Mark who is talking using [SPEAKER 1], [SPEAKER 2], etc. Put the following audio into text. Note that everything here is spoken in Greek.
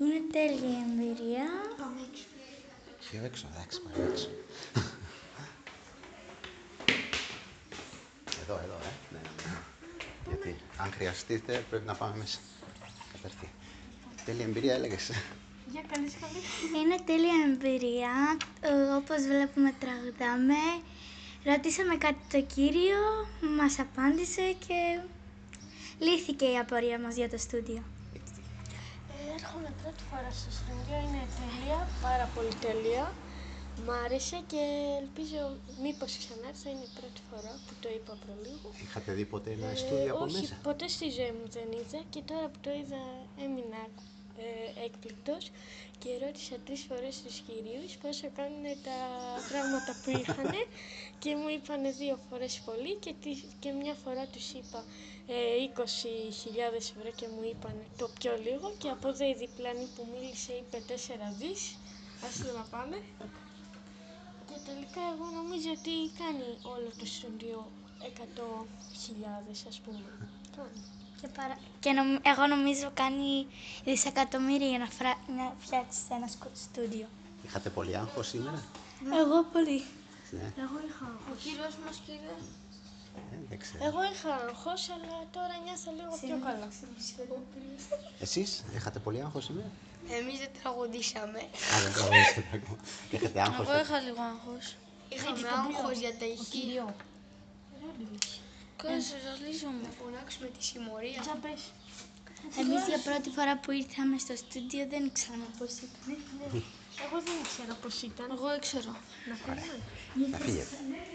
[SPEAKER 1] Είναι τέλεια εμπειρία.
[SPEAKER 2] Πάμε έξω.
[SPEAKER 3] Πιο έξω, εντάξει, πάμε έξω. εδώ, εδώ, ε. Ναι, ναι, ναι. Γιατί αν χρειαστείτε πρέπει να πάμε μέσα. Καταρχήν. Τέλεια εμπειρία έλεγες.
[SPEAKER 2] Για καλή σχολή.
[SPEAKER 1] Είναι τέλεια εμπειρία. Ε, Όπως βλέπουμε τραγουδάμε. Ρωτήσαμε κάτι το κύριο, μας απάντησε και λύθηκε η απορία μας για το στούντιο.
[SPEAKER 2] Έρχομαι πρώτη φορά στο στούντιο. Είναι τέλεια, πάρα πολύ τέλεια. Μ' άρεσε και ελπίζω μήπως ξανάρθω. Είναι πρώτη φορά που το είπα πριν λίγο.
[SPEAKER 3] Είχατε δει ποτέ
[SPEAKER 2] Ε,
[SPEAKER 3] ένα στούντιο από
[SPEAKER 2] όχι,
[SPEAKER 3] μέσα.
[SPEAKER 2] ποτέ στη ζωή μου δεν είδα και τώρα που το είδα έμεινα ε, έκπληκτος και ρώτησα τρεις φορές τους κυρίους πόσο κάνουν τα πράγματα που είχαν και μου είπαν δύο φορές πολύ και, τη- και μια φορά τους είπα ε, 20.000 ευρώ και μου είπαν το πιο λίγο και από εδώ η διπλάνη που μίλησε είπε 4 δις, άστο να πάμε. Και τελικά εγώ νομίζω ότι κάνει όλο το στούντιο 100.000 ας πούμε. Κάνει.
[SPEAKER 1] Και, παρα... και νομ- εγώ νομίζω κάνει δισεκατομμύρια για να, φρα... να φτιάξει ένα σκου- στούντιο.
[SPEAKER 3] Είχατε πολύ άγχος σήμερα.
[SPEAKER 1] Εγώ πολύ.
[SPEAKER 3] Ναι,
[SPEAKER 2] Εγώ είχα άγχος.
[SPEAKER 3] ε, δεν ξέρω.
[SPEAKER 2] Εγώ είχα άγχος, αλλά τώρα νιώθω λίγο πιο καλά.
[SPEAKER 3] Εσείς είχατε πολύ άγχος σήμερα.
[SPEAKER 4] Εμείς δεν τραγουδήσαμε.
[SPEAKER 3] Α, δεν τραγουδήσατε ακόμα. Είχατε άγχος. τότε.
[SPEAKER 5] Είχα λίγο άγχος.
[SPEAKER 4] Είχαμε άγχος για τα ηχεία.
[SPEAKER 5] Κάτσε, ζαλίζομαι.
[SPEAKER 4] Να φωνάξουμε τη συμμορία.
[SPEAKER 2] Τσάμπες.
[SPEAKER 1] Εμείς για πρώτη φορά που ήρθαμε στο στούντιο δεν ξέραμε πώς ήταν.
[SPEAKER 2] Εγώ δεν ήξερα πώς ήταν.
[SPEAKER 5] Εγώ ήξερα.
[SPEAKER 3] Να φύγετε.